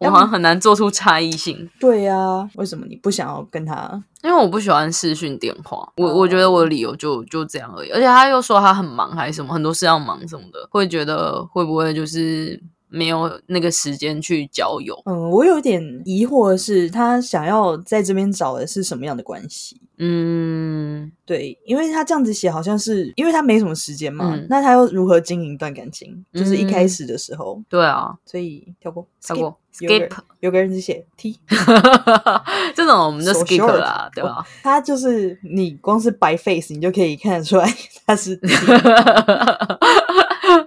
Speaker 2: 我好像很难做出差异性。
Speaker 1: 对呀、为什么你不想要跟他？
Speaker 2: 因为我不喜欢视讯电话，我
Speaker 1: 哦
Speaker 2: 我觉得我的理由就就这样而已。而且他又说他很忙还是什么，很多事要忙什么的，会觉得会不会就是没有那个时间去交友？
Speaker 1: 嗯，我有点疑惑的是，他想要在这边找的是什么样的关系？
Speaker 2: 嗯，
Speaker 1: 对，因为他这样子写，好像是因为他没什么时间嘛，
Speaker 2: 嗯
Speaker 1: 那他又如何经营一段感情？就是一开
Speaker 2: 嗯
Speaker 1: 始的时候，
Speaker 2: 对啊，
Speaker 1: 所以跳过，
Speaker 2: 跳过
Speaker 1: skip 有个人
Speaker 2: skip
Speaker 1: 有个人只写 T，
Speaker 2: 这种我们就
Speaker 1: So
Speaker 2: skip
Speaker 1: short
Speaker 2: 啦，对吧？
Speaker 1: 他就是你光是白 face，你就可以看得出来他是 T。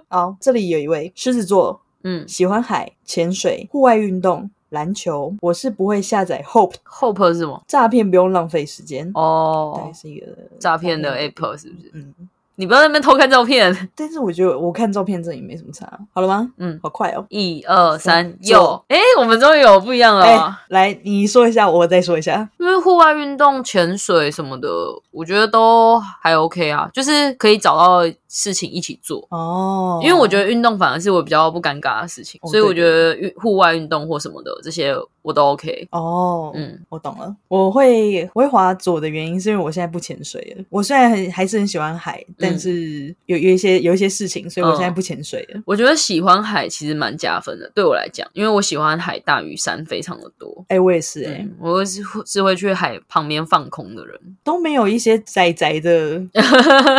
Speaker 1: 好，哦这里有一位狮子座，
Speaker 2: 嗯
Speaker 1: 喜欢海、潜水、户外运动、篮球。我是不会下载 Hope
Speaker 2: ，Hope 是什么？
Speaker 1: 诈骗，不用浪费时间。大
Speaker 2: 哦
Speaker 1: 概，是一个
Speaker 2: 诈骗的 app 是不是？
Speaker 1: 嗯，
Speaker 2: 你不要在那边偷看照片。
Speaker 1: 但是我觉得我看照片这也没什么差。好了吗？
Speaker 2: 嗯，
Speaker 1: 好快哦。
Speaker 2: 一二三，
Speaker 1: 左
Speaker 2: 右。哎，我们终于有不一样了
Speaker 1: 哎、
Speaker 2: 啊。
Speaker 1: 来，你说一下，我再说一下。
Speaker 2: 因为户外运动、潜水什么的，我觉得都还 OK 啊，就是可以找到事情一起做。
Speaker 1: 哦，
Speaker 2: 因为我觉得运动反而是我比较不尴尬的事情，
Speaker 1: 哦
Speaker 2: 所以我
Speaker 1: 对
Speaker 2: 觉得运户外运动或什么的这些我都 OK。
Speaker 1: 哦，
Speaker 2: 嗯，
Speaker 1: 我懂了，我会我会滑左的原因是因为我现在不潜水了。我虽然很还是很喜欢海，
Speaker 2: 嗯
Speaker 1: 但是有有一些有一些事情，所以我现
Speaker 2: 哦
Speaker 1: 在不潜水了。
Speaker 2: 我觉得喜欢海其实蛮加分的，对我来讲，因为我喜欢海大于山非常的多。
Speaker 1: 哎、我也是哎、
Speaker 2: 嗯，我是会是会去海旁边放空的人，
Speaker 1: 都没有一些仔仔 的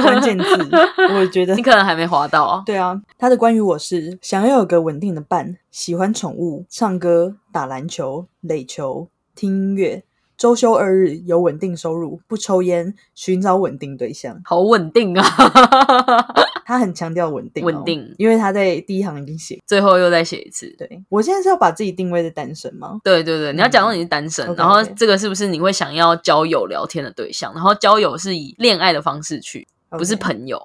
Speaker 1: 关键字，我觉得
Speaker 2: 你可能还没滑到啊。
Speaker 1: 对啊。他的关于我是想要有个稳定的伴，喜欢宠物、唱歌、打篮球、垒球、听音乐，周休二日有稳定收入，不抽烟，寻找稳定对象。
Speaker 2: 好稳定啊！啊
Speaker 1: 他很强调稳定、哦
Speaker 2: 稳定，
Speaker 1: 因为他在第一行已经写。
Speaker 2: 最后又再写一次，
Speaker 1: 对我现在是要把自己定位在单身吗？
Speaker 2: 对对对，你要
Speaker 1: 嗯
Speaker 2: 假装你是单身，
Speaker 1: OK，
Speaker 2: 然后
Speaker 1: OK
Speaker 2: 这个是不是你会想要交友聊天的对象？然后交友是以恋爱的方式去，不是
Speaker 1: OK，
Speaker 2: 朋友。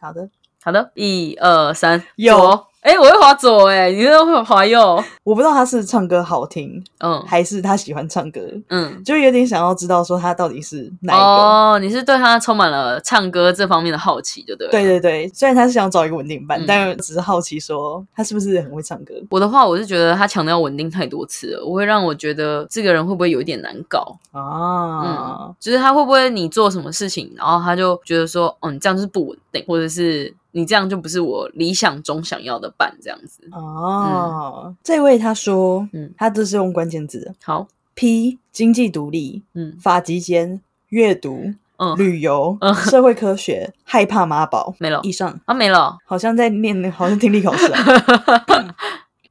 Speaker 1: 好的，
Speaker 2: 好的，一二三，
Speaker 1: 右
Speaker 2: 左。哎、我会滑左、哎，你都会滑右。
Speaker 1: 我不知道他是唱歌好听，
Speaker 2: 嗯
Speaker 1: 还是他喜欢唱歌，
Speaker 2: 嗯，
Speaker 1: 就有点想要知道说他到底是哪一个。
Speaker 2: 哦，你是对他充满了唱歌这方面的好奇，对不对？
Speaker 1: 对。对对，虽然他是想找一个稳定伴，
Speaker 2: 嗯
Speaker 1: 但只是好奇说他是不是很会唱歌。
Speaker 2: 我的话，我是觉得他强调稳定太多次了，我会让我觉得这个人会不会有一点难搞？
Speaker 1: 啊，
Speaker 2: 嗯，就是他会不会你做什么事情，然后他就觉得说，哦，你这样就是不稳定，或者是你这样就不是我理想中想要的伴这样子。
Speaker 1: 哦，啊这位他说，
Speaker 2: 嗯
Speaker 1: 他这是用关键字的
Speaker 2: 好，
Speaker 1: P 经济独立、
Speaker 2: 嗯
Speaker 1: 法籍间、阅读、
Speaker 2: 嗯，
Speaker 1: 旅游、
Speaker 2: 嗯
Speaker 1: 社会科学、害怕妈宝。
Speaker 2: 没了
Speaker 1: 以上
Speaker 2: 啊，没了，
Speaker 1: 好像在念那，好像听力考 试、啊。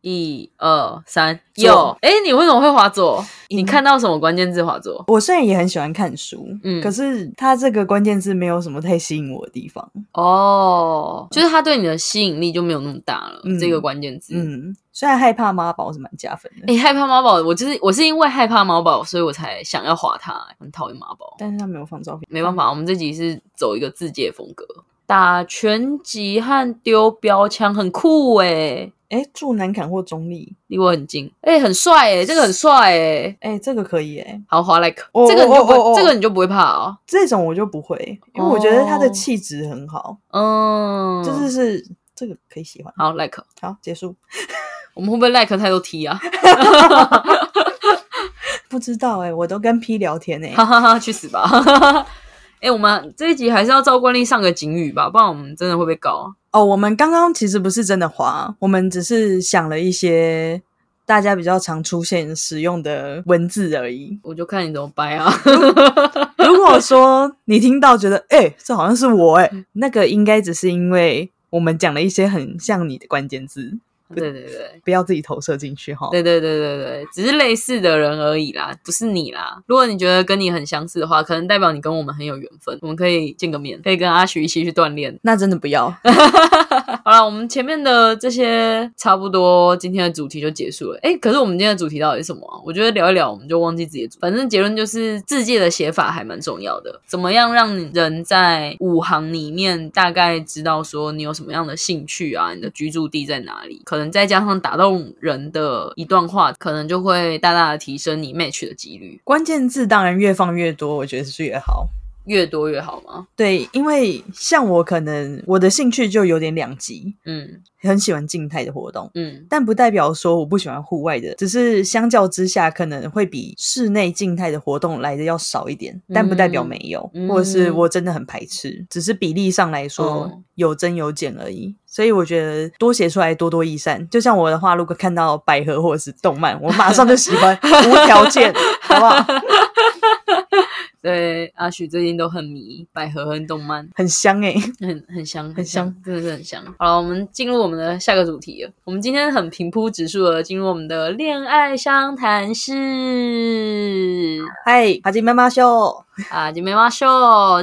Speaker 2: 一二三，
Speaker 1: 左
Speaker 2: 右。哎，你为什么会滑左？
Speaker 1: 因
Speaker 2: 你看到什么关键字滑左？
Speaker 1: 我虽然也很喜欢看书，
Speaker 2: 嗯
Speaker 1: 可是他这个关键字没有什么太吸引我的地方，
Speaker 2: 哦，就是他对你的吸引力就没有那么大了。
Speaker 1: 嗯
Speaker 2: 这个关键字，
Speaker 1: 嗯，虽然害怕妈宝是蛮加分的，
Speaker 2: 哎，害怕猫宝，我就是我是因为害怕猫宝，所以我才想要滑它，很讨厌猫宝。
Speaker 1: 但是他没有放照片，
Speaker 2: 没办法，我们这集是走一个字界风格，打拳击和丢标枪很酷诶、
Speaker 1: 哎，住南坎或中立，
Speaker 2: 离我很近，哎、很帅诶、这个很帅诶、
Speaker 1: 哎，这个可以哎，
Speaker 2: 好，滑 like，、
Speaker 1: 哦
Speaker 2: 这个你就不会，
Speaker 1: 哦哦哦
Speaker 2: 这个你就不会怕哦。
Speaker 1: 这种我就不会，因为我觉得他的气质很好，
Speaker 2: 嗯，
Speaker 1: 就是是这个可以喜欢。
Speaker 2: 好 like，
Speaker 1: 好，结束。
Speaker 2: 我们会不会 like 太多 T 啊？
Speaker 1: 不知道哎、我都跟 P 聊天哎、
Speaker 2: 哈哈哈，去死吧！ 哎、我们这一集还是要照惯例上个警语吧，不然我们真的会被告。。
Speaker 1: 哦，我们刚刚其实不是真的滑，我们只是想了一些大家比较常出现使用的文字而已
Speaker 2: 我就看你怎么掰啊！
Speaker 1: 如果说你听到觉得哎、欸这好像是我哎、那个应该只是因为我们讲了一些很像你的关键字，
Speaker 2: 对对对。
Speaker 1: 不要自己投射进去哈。
Speaker 2: 对对对对对，只是类似的人而已啦，不是你啦。如果你觉得跟你很相似的话，可能代表你跟我们很有缘分，我们可以见个面，可以跟阿许一起去锻炼。
Speaker 1: 那真的不要。
Speaker 2: 好了，我们前面的这些差不多，今天的主题就结束了。哎，可是我们今天的主题到底是什么啊？我觉得聊一聊，我们就忘记自己的主题。反正结论就是，字界的写法还蛮重要的。怎么样让人在五行里面大概知道说你有什么样的兴趣啊，你的居住地在哪里？可能再加上打动人的一段话，可能就会大大的提升你 match 的几率，
Speaker 1: 关键字当然越放越多，我觉得是越好。
Speaker 2: 越多越好吗？
Speaker 1: 对，因为像我可能我的兴趣就有点两极，
Speaker 2: 嗯
Speaker 1: 很喜欢静态的活动，
Speaker 2: 嗯
Speaker 1: 但不代表说我不喜欢户外的，只是相较之下可能会比室内静态的活动来的要少一点，但不代表没有，
Speaker 2: 嗯
Speaker 1: 或者是我真的很排斥，只是比例上来说、
Speaker 2: 哦
Speaker 1: 有增有减而已。所以我觉得多写出来多多益善。就像我的话，如果看到百合或者是动漫，我马上就喜欢，无条件，好不好？
Speaker 2: 对，阿许最近都很迷百合和动漫。
Speaker 1: 很香诶、欸，
Speaker 2: 很很香，
Speaker 1: 很香，
Speaker 2: 真的是很香。好了，我们进入我们的下个主题了。我们今天很平铺直述的进入我们的恋爱商谈室
Speaker 1: 嗨，哈吉妈妈秀。
Speaker 2: 啊，姐妹花秀。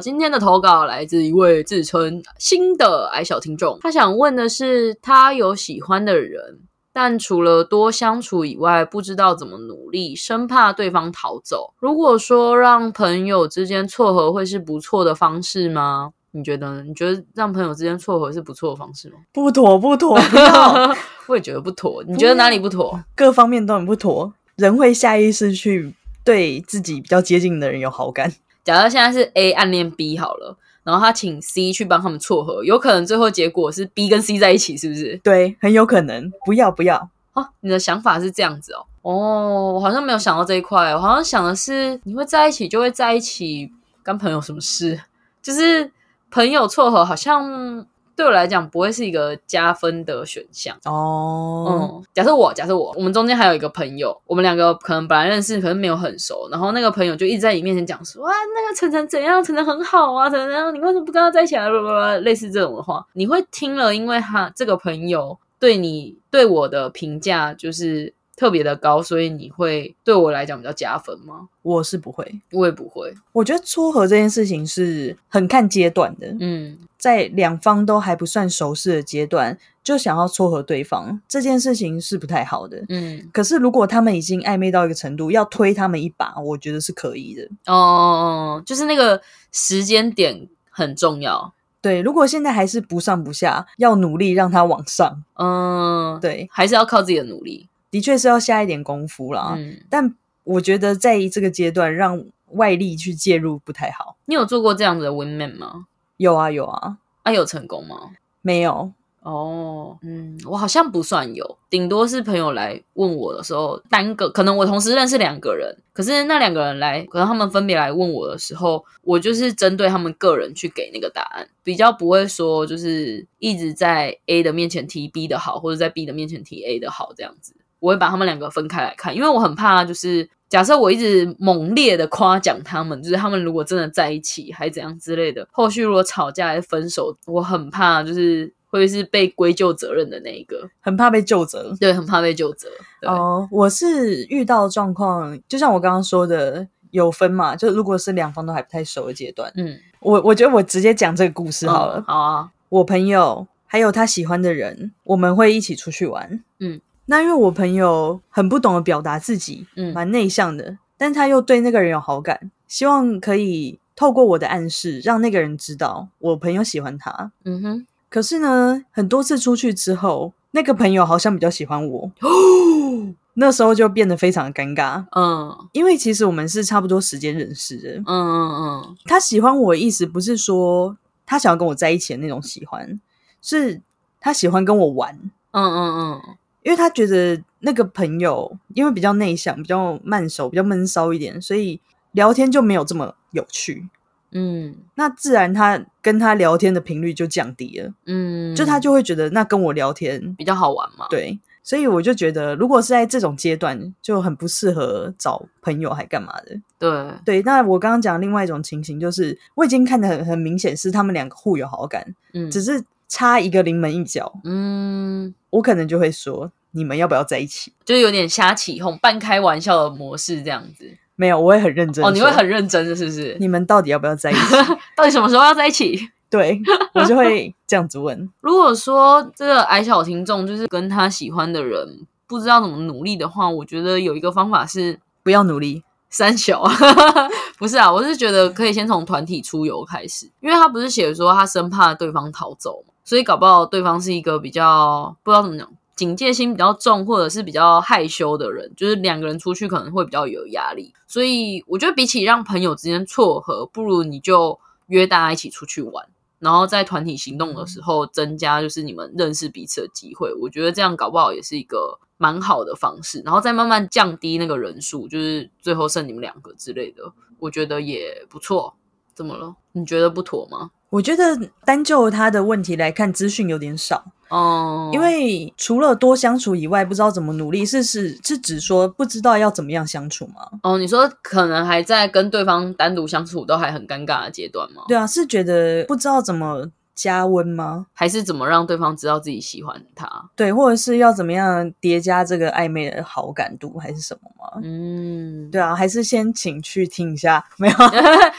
Speaker 2: 今天的投稿来自一位自称新的矮小听众，他想问的是，他有喜欢的人。但除了多相处以外，不知道怎么努力，生怕对方逃走。如果说让朋友之间撮合会是不错的方式吗？你觉得呢？你觉得让朋友之间撮合是不错的方式吗？
Speaker 1: 不妥，不妥，不要，
Speaker 2: 我也觉得不妥。你觉得哪里不妥？
Speaker 1: 各方面都很不妥。人会下意识去对自己比较接近的人有好感，
Speaker 2: 假如现在是 A 暗恋 B 好了，然后他请 C 去帮他们撮合，有可能最后结果是 B 跟 C 在一起，是不是？
Speaker 1: 对，很有可能。不要，不要，
Speaker 2: 哦，你的想法是这样子哦。哦，我好像没有想到这一块，我好像想的是你会在一起就会在一起，跟朋友什么事？就是朋友撮合，好像对我来讲不会是一个加分的选项。
Speaker 1: 哦，
Speaker 2: 嗯，假设我，假设我，我们中间还有一个朋友，我们两个可能本来认识，可能没有很熟，然后那个朋友就一直在你面前讲说，哇，那个晨晨怎样，晨晨很好啊，怎样怎样，你为什么不跟他在一起啊？blah blah blah，类似这种的话，你会听了，因为他这个朋友对你对我的评价就是特别的高，所以你会对我来讲比较加分吗？
Speaker 1: 我是不会。
Speaker 2: 我也不会，
Speaker 1: 我觉得撮合这件事情是很看阶段的，
Speaker 2: 嗯
Speaker 1: 在两方都还不算熟识的阶段，就想要撮合对方，这件事情是不太好的。
Speaker 2: 嗯，
Speaker 1: 可是如果他们已经暧昧到一个程度，要推他们一把，我觉得是可以的。
Speaker 2: 哦，就是那个时间点很重要，
Speaker 1: 对，如果现在还是不上不下，要努力让他往上。
Speaker 2: 嗯，，
Speaker 1: 对，
Speaker 2: 还是要靠自己的努力，
Speaker 1: 的确是要下一点功夫啦。
Speaker 2: 嗯。
Speaker 1: 但我觉得在这个阶段让外力去介入不太好。
Speaker 2: 你有做过这样子的 wingman 吗？
Speaker 1: 有啊有啊，
Speaker 2: 啊，有成功吗？
Speaker 1: 没有
Speaker 2: 哦，嗯，我好像不算有，顶多是朋友来问我的时候，单个可能我同时认识两个人，可是那两个人来，可能他们分别来问我的时候，我就是针对他们个人去给那个答案，比较不会说就是一直在 A 的面前提 B 的好，或者在 B 的面前提 A 的好这样子。我会把他们两个分开来看，因为我很怕就是假设我一直猛烈的夸奖他们，就是他们如果真的在一起还怎样之类的，后续如果吵架还分手，我很怕就是会是被归咎责任的那一个，
Speaker 1: 很怕被救责。
Speaker 2: 对，很怕被究责。对，
Speaker 1: 哦，我是遇到状况，就像我刚刚说的，有分嘛，就如果是两方都还不太熟的阶段，
Speaker 2: 嗯，
Speaker 1: 我我觉得我直接讲这个故事好了。
Speaker 2: 嗯好啊，
Speaker 1: 我朋友还有他喜欢的人，我们会一起出去玩。
Speaker 2: 嗯，
Speaker 1: 那因为我朋友很不懂得表达自己，
Speaker 2: 嗯
Speaker 1: 蛮内向的，但他又对那个人有好感，希望可以透过我的暗示让那个人知道我朋友喜欢他。
Speaker 2: 嗯哼，
Speaker 1: 可是呢，很多次出去之后，那个朋友好像比较喜欢我，那时候就变得非常的尴尬。
Speaker 2: 嗯
Speaker 1: 因为其实我们是差不多时间认识的，
Speaker 2: 嗯嗯
Speaker 1: 他喜欢我的意思不是说他想要跟我在一起的那种喜欢，是他喜欢跟我玩。
Speaker 2: 嗯嗯嗯嗯，
Speaker 1: 因为他觉得那个朋友因为比较内向、比较慢熟、比较闷骚一点，所以聊天就没有这么有趣。
Speaker 2: 嗯
Speaker 1: 那自然他跟他聊天的频率就降低了，
Speaker 2: 嗯，
Speaker 1: 就他就会觉得那跟我聊天
Speaker 2: 比较好玩嘛。
Speaker 1: 对，所以我就觉得如果是在这种阶段就很不适合找朋友还干嘛的。
Speaker 2: 对，
Speaker 1: 对，那我刚刚讲另外一种情形就是我已经看得很很明显是他们两个互有好感，
Speaker 2: 嗯
Speaker 1: 只是差一个临门一脚，
Speaker 2: 嗯，
Speaker 1: 我可能就会说你们要不要在一起？
Speaker 2: 就是有点瞎起哄、半开玩笑的模式这样子。
Speaker 1: 没有，我会很认真地说。
Speaker 2: 哦，你会很认真的，是不是？
Speaker 1: 你们到底要不要在一起？
Speaker 2: 到底什么时候要在一起？
Speaker 1: 对我就会这样子问。
Speaker 2: 如果说这个矮小听众就是跟他喜欢的人不知道怎么努力的话，我觉得有一个方法是
Speaker 1: 不要努力，
Speaker 2: 三小 啊，不是啊，我是觉得可以先从团体出游开始，因为他不是写说他生怕对方逃走嘛，所以搞不好对方是一个比较不知道怎么讲，警戒心比较重，或者是比较害羞的人，就是两个人出去可能会比较有压力，所以我觉得比起让朋友之间撮合，不如你就约大家一起出去玩。然后在团体行动的时
Speaker 1: 嗯
Speaker 2: 候，增加就是你们认识彼此的机会。我觉得这样搞不好也是一个蛮好的方式，然后再慢慢降低那个人数，就是最后剩你们两个之类的，我觉得也不错。怎么了？你觉得不妥吗？
Speaker 1: 我觉得单就他的问题来看，资讯有点少，
Speaker 2: 哦、
Speaker 1: 因为除了多相处以外，不知道怎么努力，是是是指说不知道要怎么样相处吗？
Speaker 2: 哦，你说可能还在跟对方单独相处都还很尴尬的阶段吗？
Speaker 1: 对啊，是觉得不知道怎么加温吗？
Speaker 2: 还是怎么让对方知道自己喜欢他？
Speaker 1: 对，或者是要怎么样叠加这个暧昧的好感度，还是什么吗？
Speaker 2: 嗯，
Speaker 1: 对啊，还是先请去听一下，没有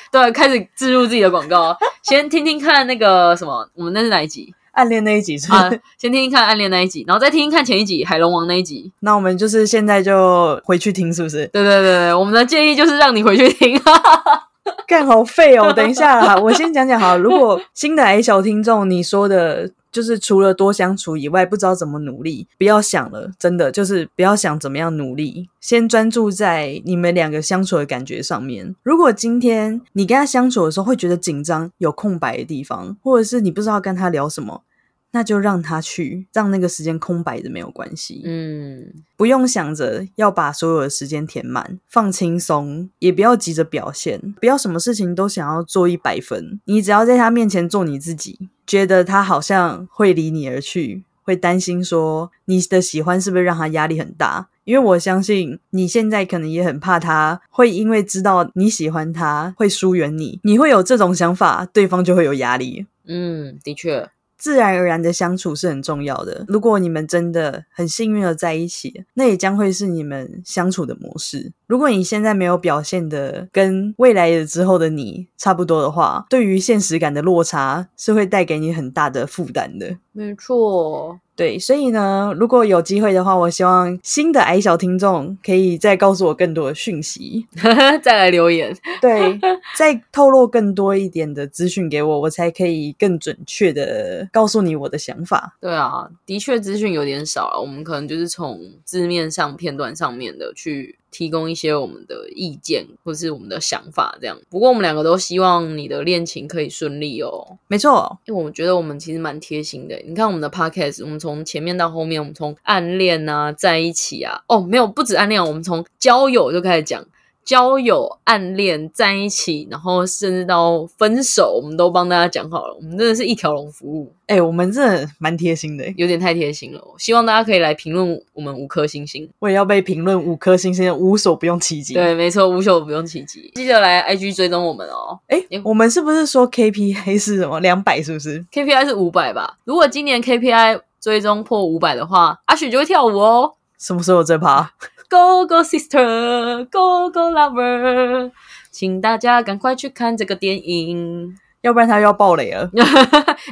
Speaker 2: 对，开始植入自己的广告，哦先听听看那个什么，我们那是哪一集？
Speaker 1: 暗恋那一 集是不是
Speaker 2: 啊，先听听看暗恋那一集，然后再听听看前一集海龙王那一集。
Speaker 1: 那我们就是现在就回去听，是不是？
Speaker 2: 对对对对，我们的建议就是让你回去听。
Speaker 1: 干好废哦！等一下啦，我先讲讲好了。如果新的矮小听众，你说的就是除了多相处以外，不知道怎么努力，不要想了，真的就是不要想怎么样努力，先专注在你们两个相处的感觉上面。如果今天你跟他相处的时候会觉得紧张，有空白的地方，或者是你不知道跟他聊什么。那就让他去，让那个时间空白的没有关系。
Speaker 2: 嗯，
Speaker 1: 不用想着要把所有的时间填满，放轻松，也不要急着表现，不要什么事情都想要做一百分。你只要在他面前做你自己，觉得他好像会离你而去，会担心说你的喜欢是不是让他压力很大。因为我相信你现在可能也很怕他会因为知道你喜欢他会疏远你，你会有这种想法，对方就会有压力。
Speaker 2: 嗯，的确，
Speaker 1: 自然而然的相处是很重要的。如果你们真的很幸运的在一起，那也将会是你们相处的模式。如果你现在没有表现的跟未来的之后的你差不多的话，对于现实感的落差是会带给你很大的负担的。
Speaker 2: 没错。
Speaker 1: 对，所以呢，如果有机会的话，我希望新的矮小听众可以再告诉我更多的讯息，
Speaker 2: 再来留言，
Speaker 1: 对，再透露更多一点的资讯给我，我才可以更准确的告诉你我的想法。
Speaker 2: 对啊，的确资讯有点少啊了，我们可能就是从字面上、片段上面的去提供一些我们的意见或是我们的想法这样。不过我们两个都希望你的恋情可以顺利哦。
Speaker 1: 没错，
Speaker 2: 因为我觉得我们其实蛮贴心的。你看我们的 podcast，我们从前面到后面，我们从暗恋啊，在一起啊，哦，没有，不止暗恋，我们从交友就开始讲，交友、暗恋、在一起，然后甚至到分手，我们都帮大家讲好了。我们真的是一条龙服务，
Speaker 1: 哎、我们真的蛮贴心的欸，
Speaker 2: 有点太贴心了。希望大家可以来评论我们五颗星星。
Speaker 1: 我也要被评论五颗星星，无所不用其极。，
Speaker 2: 对，没错，无袖不用其极，记得来 IG 追踪我们哦。
Speaker 1: 哎、
Speaker 2: 诶
Speaker 1: 我们是不是说 KPI 是什么两百？200是不是？
Speaker 2: KPI 是五百吧？如果今年 KPI 追踪破五百的话，阿许就会跳舞哦。
Speaker 1: 什么时候有这趴？
Speaker 2: Go Go Sister, Go Go Lover，请大家赶快去看这个电影。
Speaker 1: 要不然他又要爆雷了。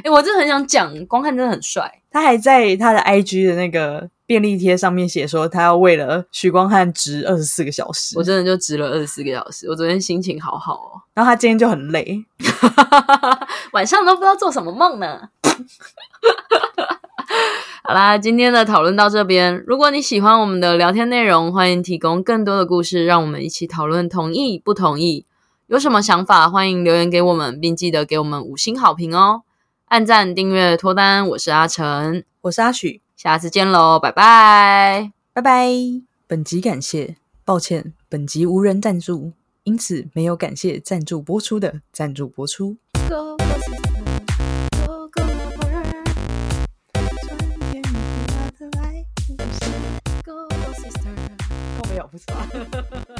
Speaker 2: 哎、我真的很想讲，光看真的很帅。
Speaker 1: 他还在他的 IG 的那个便利贴上面写说，他要为了许光汉值二十四个小时
Speaker 2: 我。真的就值了二十四个小时。我昨天心情好好哦，
Speaker 1: 然后他今天就很累，
Speaker 2: 晚上都不知道做什么梦呢。 好啦，今天的讨论到这边。如果你喜欢我们的聊天内容，欢迎提供更多的故事，让我们一起讨论同意不同意。有什么想法，欢迎留言给我们，并记得给我们五星好评哦。按赞、订阅、脱单，我是阿成，
Speaker 1: 我是阿许，
Speaker 2: 下次见喽，拜拜。
Speaker 1: 拜拜。本集感谢，抱歉，本集无人赞助，因此没有感谢赞助播出的赞助播出。
Speaker 3: Go go sister, go go warrior，穿越你我的爱情线。Go go sister。
Speaker 1: 哦够没有，不是吧？啊